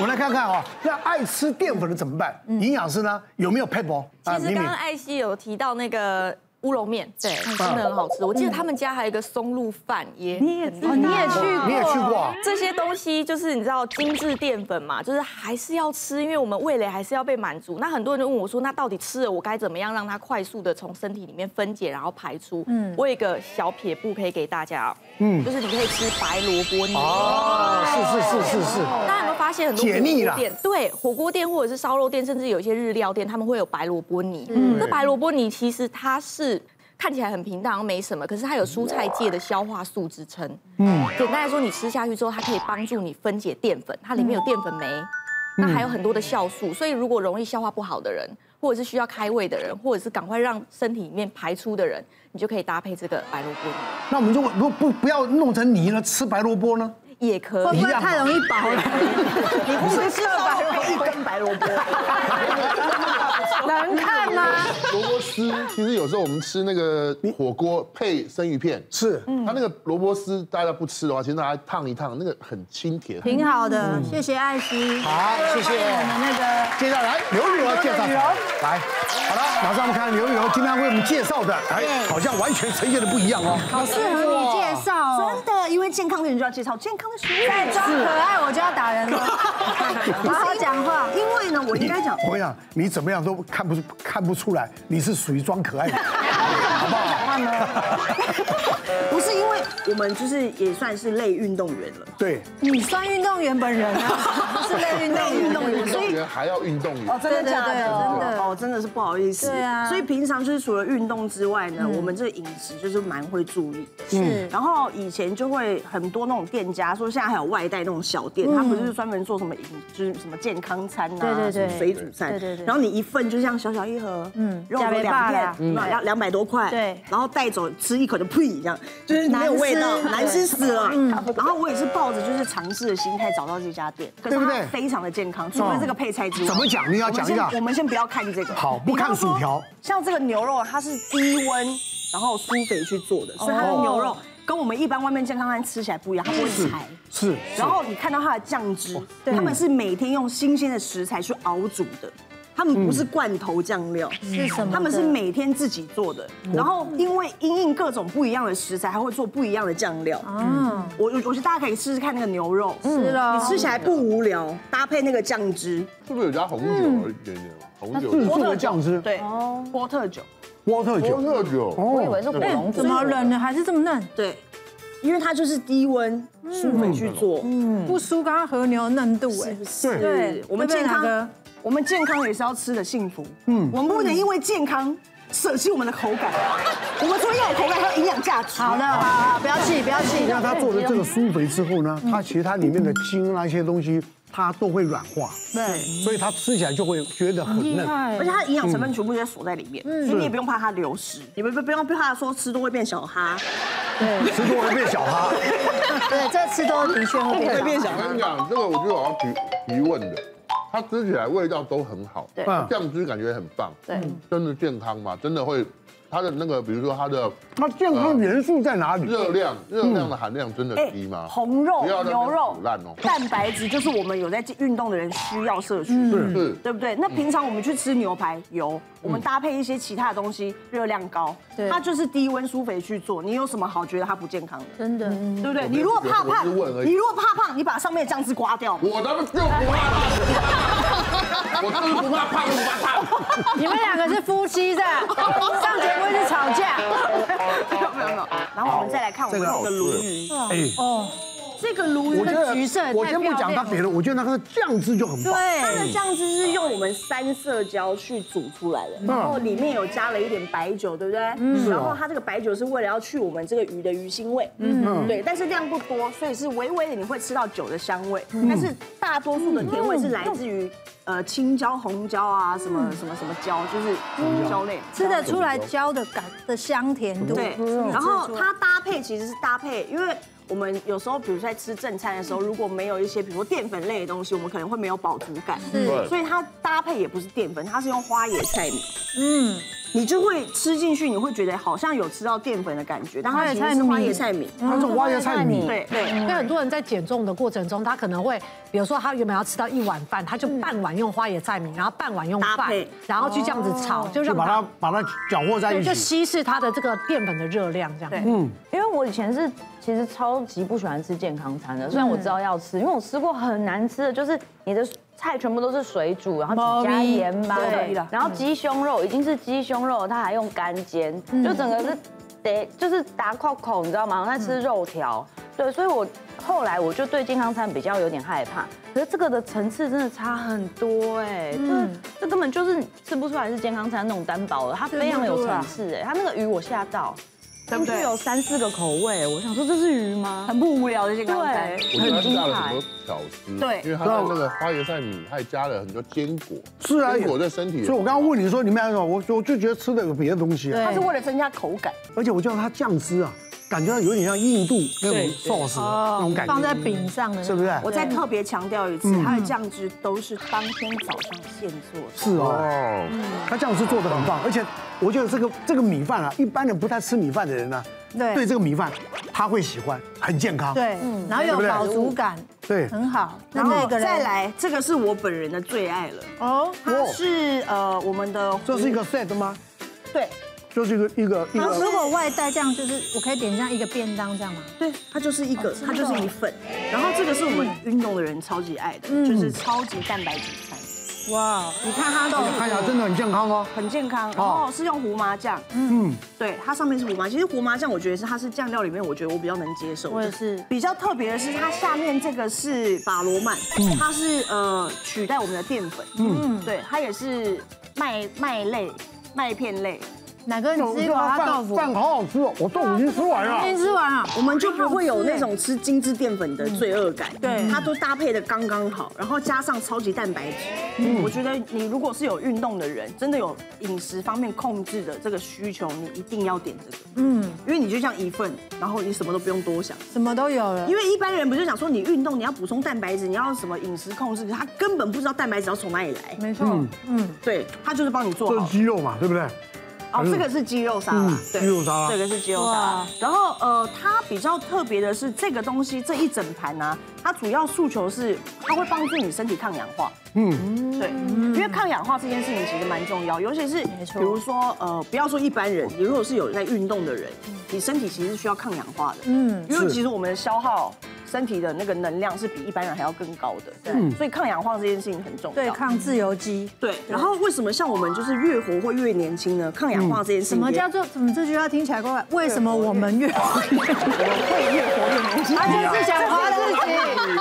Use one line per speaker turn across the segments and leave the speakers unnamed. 我来看看啊、那爱吃淀粉的怎么办？营养师呢有没有配博
其
啊？
实刚刚艾希有提到那个乌龙面，对，真的很好吃。我记得他们家还有一个松露饭也很厉害，你也
哦你也去
你也去过啊？
这些东西就是你知道精致淀粉嘛，就是还是要吃，因为我们味蕾还是要被满足。那很多人就问我说，那到底吃了我该怎么样让它快速的从身体里面分解，然后排出？嗯，我有一个小撇步可以给大家哦，嗯，就是你可以吃白萝卜泥。
哦，是是是是是，
大家有没有发现很多
解腻啦
火锅店？对，火锅店或者是烧肉店，甚至有一些日料店，他们会有白萝卜泥。这白萝卜泥其实它是。看起来很平淡，好像没什么，可是它有蔬菜界的消化素支撑。嗯，简单来说，你吃下去之后，它可以帮助你分解淀粉，它里面有淀粉酶，那还有很多的酵素，所以如果容易消化不好的人，或者是需要开胃的人，或者是赶快让身体里面排出的人，你就可以搭配这个白萝卜泥，
那我们如果如果不不要弄成泥呢，吃白萝卜呢？
也可
会
以
不。会太容易饱了？你不是吃了白
一根白萝卜，
能看吗？
萝卜丝其实有时候我们吃那个火锅配生鱼片，
是
它那个萝卜丝大家不吃的话，其实拿来烫一烫，那个很清甜。
挺好的，谢谢艾希。
好谢谢
欢迎我们那个。
接下来刘雨柔介绍
刘雨柔
来，好了，马上我们看刘雨柔今天为我们介绍的，哎，好像完全呈现的不一样哦。
好适合你介绍哦，
真的，因为健康的人就要介绍健康的食物。
再装可爱我就要打人了，好好讲话。
因为呢，我应该讲，
我跟你讲，你怎么样都看不出看不出来，你是属于装可 爱的，好不好？
不是因为我们就是也算是类运动员了，
对，
你算运动员本人啊，不是类运动员。
运动员还要运动员，
哦真的假的真的
哦，真的是不好意思。
对啊嗯
所以平常就是除了运动之外呢，我们这个饮食就是蛮会注意的。是。然后以前就会很多那种店家说，现在还有外带那种小店，他们就是专门做什么饮，就是什么健康餐啊，
嗯对对对
什么水煮餐，
对对对
然后你一份就像小小一盒，嗯，肉
加
有
倍
两
霸啦
片，那要两百多块，
对
然后带走吃一口就呸，这样就是没有味道，
难吃嗯
难吃死了。然后我也是抱着就是尝试的心态找到这家店，可是
对不
它
对
非常的健
嗯
康，除了这个配菜之外，
怎么讲你要
我们
讲一
先
下
我们先不要看这个，
好不看薯条
比方说像这个牛肉，啊它是低温，然后苏肥去做
哦
的，所以它的牛肉跟我们一般外面健康餐吃起来不一样，它不会柴。
是，
然后你看到它的酱汁，他们是每天用新鲜的食材去熬煮的。他们不是罐头酱料，是
嗯什么的
他们是每天自己做的，然后因为因应各种不一样的食材，还会做不一样的酱料。
嗯，
我我觉得大家可以试试看那个牛肉，
是啊了
你吃起来不无聊，搭配那个酱汁，
是不是有加红酒啊一点点？红酒
自
嗯
助的酱汁，
对，波特酒，
波特酒，
热酒，
哦
我以为是火龙果
嗯怎，么冷了还是这么嫩？
对，因为它就是低温舒肥去做，
不输刚刚和牛嫩度哎
是。不嗯是？
对
我们
对不对
健
哪个
康，我们健康也是要吃的幸福，嗯，我们不能因为健康舍弃我们的口 感，我们除了要有口感，还有营养价值。
好的，好好，不要气，不要气。
那它做的这个酥肥之后呢，
嗯
它其实它里面的筋那些东西，它都会软化，
对，
所以它吃起来就会觉得很嫩。
而且它的营养成分全部都锁在里面，所以你也不用怕它流失，嗯你们不不用怕说吃多会变小哈，
吃多了变小哈，
对，这次都的确会变
哦会变小
我跟
哈
你。讲，这个我觉得我要提提问的，它吃起来味道都很好，
对
酱汁感觉很棒，
对，
真的健康嘛？真的会，它的那个比如说它的
那健康元素在哪里？
热量，热量的含量真的低吗？
哎红肉
不要、让它
牛肉
腐烂哦、
蛋白质就是我们有在运动的人需要摄取的，
是
对不对？那平常我们去吃牛排
嗯
油，我们搭配一些其他的东西，热量高，
对
它就是低温苏肥去做。你有什么好觉得它不健康的？
真的，
对不对？
没
你
有
如果
觉得
怕
嗯我
胖，
是问而已
你如果怕胖，你把上面的酱汁刮 掉。
我他妈就不怕胖，我就是不怕胖，不怕胖。
你们两个是夫妻的，上节目一直吵架。
没有没有没有。然后我们再来看我们这个鲈鱼，
哎，
这个鲈
我
鱼
觉得
这哦橘色太
我先不讲它
漂亮了
别的，我觉得那个酱汁就很棒。
它的
对，
酱汁是用我们三色椒去煮出来的，然后里面有加了一点白酒，对不对？然后它这个白酒是为了要去我们这个鱼的鱼腥味，嗯，对，但是量不多，所以是微微的你会吃到酒的香味，但是大多数的甜味是来自于呃青椒、红椒啊，什么什么什么椒，就是椒类。
吃得出来椒的感的香甜度。
对，
嗯
然后它搭配其实是搭配，因为我们有时候比如在吃正餐的时候，如果没有一些比如说淀粉类的东西，我们可能会没有饱足感。
是
对
所以它搭配也不是淀粉，它是用花椰菜米。嗯，你就会吃进去，你会觉得好像有吃到淀粉的感觉，但它其实是花椰菜米。
它是花椰菜米，
对对，
因为很多人在减重的过程中，他可能会，比如说他原本要吃到一碗饭，他就半碗用花椰菜米，然后半碗用
搭
饭
配，
然后去这样子炒，
哦
就
就
让
把它把它搅和在
对，
一
就
起。
稀释它的这个淀粉的热量，这样。嗯，
因为我以前是其实超级不喜欢吃健康餐的，虽然我知道要吃，因为我吃过很难吃的，就是你的菜全部都是水煮，然后只加盐巴，
对
然后鸡胸肉已经是鸡胸肉，它还用干煎，就整个是得就是打扣口，你知道吗？在吃肉条，对，所以我后来我就对健康餐比较有点害怕。可是这个的层次真的差很多哎，这这根本就是吃不出来是健康餐那种单薄的，它非常有层次哎，它那个鱼我吓到。进去有三四个口味，我想说这是鱼吗？
很不无聊的健康餐。
对，
我觉得
很
它
精
加了很
彩
多。巧思，
对
因为它在那个花椰菜米，它也加了很多坚果，
是啊，
坚果对身体也，
所以我刚刚问你说你们还有什么，我我就觉得吃的有别的东西啊，
它是为了增加口感，
而且我觉得它酱汁啊，感觉到有点像印度那种 sauce
哦
那种感觉，
放在饼上的
是不是？
我再特别强调一次，它的酱汁都是当天早上现做的。
是哦，
哦，
它酱汁做的很棒，而且我觉得这个这个米饭啊，一般人不太吃米饭的人呢、
对
对这个米饭他会喜欢，很健康。
对，然后
对
有
不对
饱足感，
对
很好。那
然后
那个人
再来，这个是我本人的最爱了，
哦，
它是呃我们的
这是一个 set 吗？
对
就是一个一个一
然后
个
如果外带这样，就是我可以点这样一个便当这样吗？
对，它就是一个，它就是一份。然后这个是我们运动的人超级爱的，就是超级蛋白质餐。
哇，
你看它
看起来
的
哎真的很健康哦。
很健康，然后是用胡麻酱，
嗯，
对，它上面是胡麻。其实胡麻酱我觉得是它是酱料里面，我觉得我比较能接受。
我也是。
比较特别的是，它下面这个是法罗曼，它是呃取代我们的淀粉，嗯，对，它也是麦麦类、麦片类，
哪个你吃一口他豆腐？
饭好好吃哦，我豆腐已经吃完了。
先吃完啊，
我们就不会有那种吃精致淀粉的罪恶感，
欸嗯对
它都搭配的刚刚好，然后加上超级蛋白质。
嗯
我觉得你如果是有运动的人，真的有饮食方面控制的这个需求，你一定要点这个，嗯，因为你就像一份，然后你什么都不用多想，
什么都有了
因。为一般人不就想说你运动你要补充蛋白质，你要什么饮食控制，可是他根本不知道蛋白质要从哪里来，
没错，嗯，
对他就是帮你做
这
好
是。鸡肉嘛，对不对？
哦，这个是鸡肉沙拉
哎嗯，
对
鸡肉沙拉
这个是鸡肉沙拉
哇。
然后呃，它比较特别的是这个东西这一整盘呢、它主要诉求是它会帮助你身体抗氧化。嗯，对，因为抗氧化这件事情其实蛮重要，尤其是比如说呃，不要说一般人，你如果是有在运动的人，你身体其实是需要抗氧化的。嗯，因为其实我们的消耗。身体的那个能量是比一般人还要更高的，对，嗯所以抗氧化这件事情很重要。
对抗自由基。
对，嗯然后为什么像我们就是越活会越年轻呢？抗氧化这件事情
什么
也
叫做？怎么这句话听起来怪怪？为什么我们 越活越
会越活越 年轻？
他就是想夸自 己，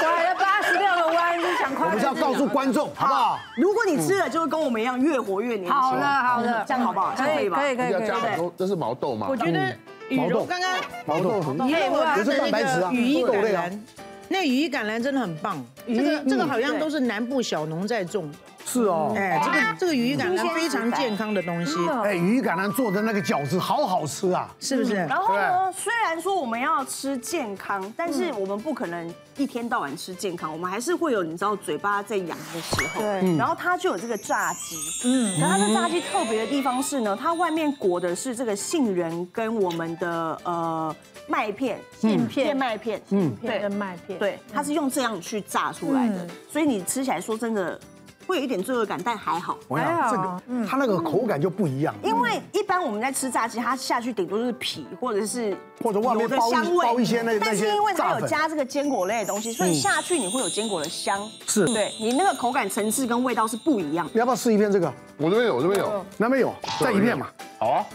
拐了八十六个弯，就是想
我
夸
们
自
是要
己。
告诉观众，好不好？
如果你吃了，就会跟我们一样越活越年轻。
好了好了，
这样好不好？这样
可
可
以
以吧？
可以可以
要
可以
加。很多，这是毛豆嘛，
我觉得羽
毛豆
柔刚刚
毛豆很
也有它
也是蛋
的
白质
那
啊
个羽衣
豆
甘
类啊
蓝，那羽衣甘蓝真的很棒。这个这个好像都是南部小农在种的。
是哦。
哎，这个这个羽衣甘蓝非常健康的东西，
哎，鱼橄榄做的那个饺子好好吃啊！
是不是？
然后呢，虽然说我们要吃健康，但是我们不可能一天到晚吃健康，我们还是会有你知道嘴巴在痒的时候。对。然后它就有这个炸鸡，嗯，然后它的炸鸡特别的地方是呢，它外面裹的是这个杏仁跟我们的呃麦片，
嗯片
燕麦片，嗯，
片跟麦片，
对，它是用这样去炸出来的，所以你吃起来说真的会有一点罪恶感，但还好。
我想这个，它那个口感就不一样，
因为一般我们在吃炸鸡，它下去顶多就是皮或者是
或者外面
有的
包一
香味，
包一些那那
但是
些
因为
炸
它有
粉
加这个坚果类的东西，所以下去你会有坚果的香，
是
对你那个口感层次跟味道是不一样的。
你要不要试一片这个？
我这边有，我这边有，
那边有，再一片嘛。
好啊，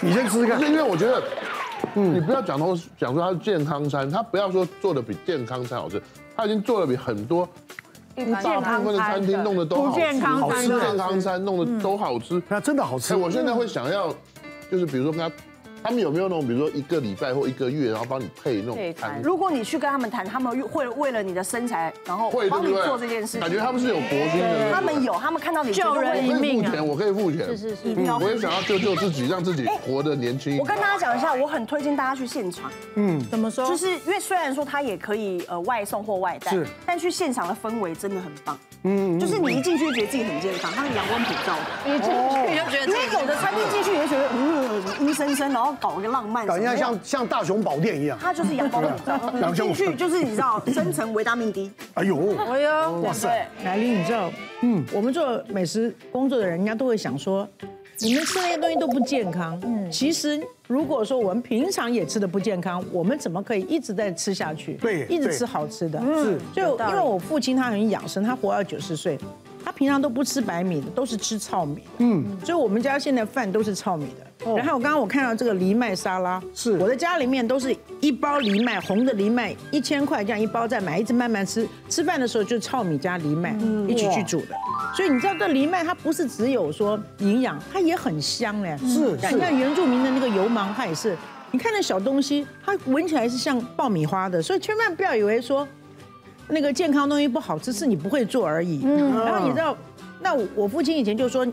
你先吃吃
不
看
是。因为我觉得，嗯，你不要讲说讲说它是健康餐，它不要说做的比健康餐好吃，它已经做的比很多大部分的餐厅弄的都好吃，
好
不
吃
健康餐弄的都好吃。
那真的好吃嗯
哎，。我现在会想要，就是比如说跟他他们有没有那种，比如说一个礼拜或一个月，然后帮你配那
配
种
餐
餐？
如果你去跟他们谈，他们会为了你的身材，然后
会对
帮
不
你
对？
做这件事
感
情
觉。他们是有国军的。
他们有，他们看到你
救人
就
我
会
可以付钱，我可以付钱，
是是是
一定要
嗯
我也想要救救自己，让自己活得年轻一
我
点。
跟大家讲一下，我很推荐大家去现场，
怎么说？
就是因为虽然说它也可以呃外送或外带
是，
但去现场的氛围真的很棒。嗯，就是你一进去就觉得自己很健康，它是阳光普照的。哦
一进去就觉得
因为有的餐厅进去你就觉得，嗯，阴森森，然后搞一个浪漫什么
搞
的，
人家像像大雄宝殿一样。
它就是阳光普照，
阳光普照
进去就是你知道深层维他命 D，
哎呦，
哎呦，
哇塞，
来丽，你知道，嗯，我们做美食工作的人，人家都会想说，你们吃那些东西都不健康。嗯，其实如果说我们平常也吃的不健康，我们怎么可以一直在吃下去？
对
一直
对嗯
吃好吃的。
是
就因为我父亲他很养生，他活到九十岁，他平常都不吃白米的，都是吃糙米的。嗯，所以我们家现在饭都是糙米的。然后我刚刚我看到这个藜麦沙拉，
是
我的家里面都是一包藜麦，红的藜麦一千块这样一包再买，一直慢慢吃。吃饭的时候就糙米加藜麦一起去煮的。所以你知道这藜麦它不是只有说营养，它也很香嘞。
是
你
是
看原住嗯民的那个油芒，它也是，你看那小东西，它闻起来是像爆米花的，所以千万不要以为说那个健康东西不好吃，是你不会做而已。嗯然
嗯
后你知道，那我我父亲以前就说，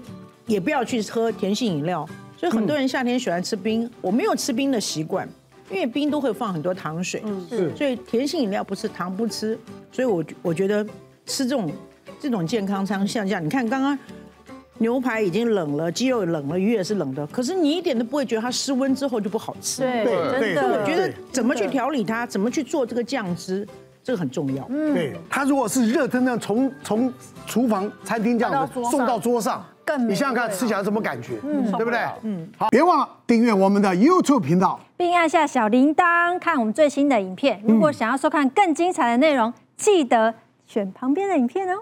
也不要去喝甜性饮料，所以很多人夏天喜欢吃冰，我没有吃冰的习惯，因为冰都会放很多糖水，嗯
是
所以甜性饮料不吃，糖不吃，所以我我觉得吃这种这种健康餐，像这样，你看刚刚。牛排已经冷了，鸡肉冷了，鱼也是冷的，可是你一点都不会觉得它失温之后就不好吃。
对，真
对
我
的，嗯
觉得怎么去调理它，怎么去做这个酱汁，这个很重要。
对他如果是热腾腾从从厨房餐厅这样子送到桌上，
更美味
你想想看吃起来什么感觉，对不对？嗯，好，别忘了订阅我们的 YouTube 频道。
并按下小铃铛看我们最新的影片。如果想要收看更精彩的内容，记得选旁边的影片哦。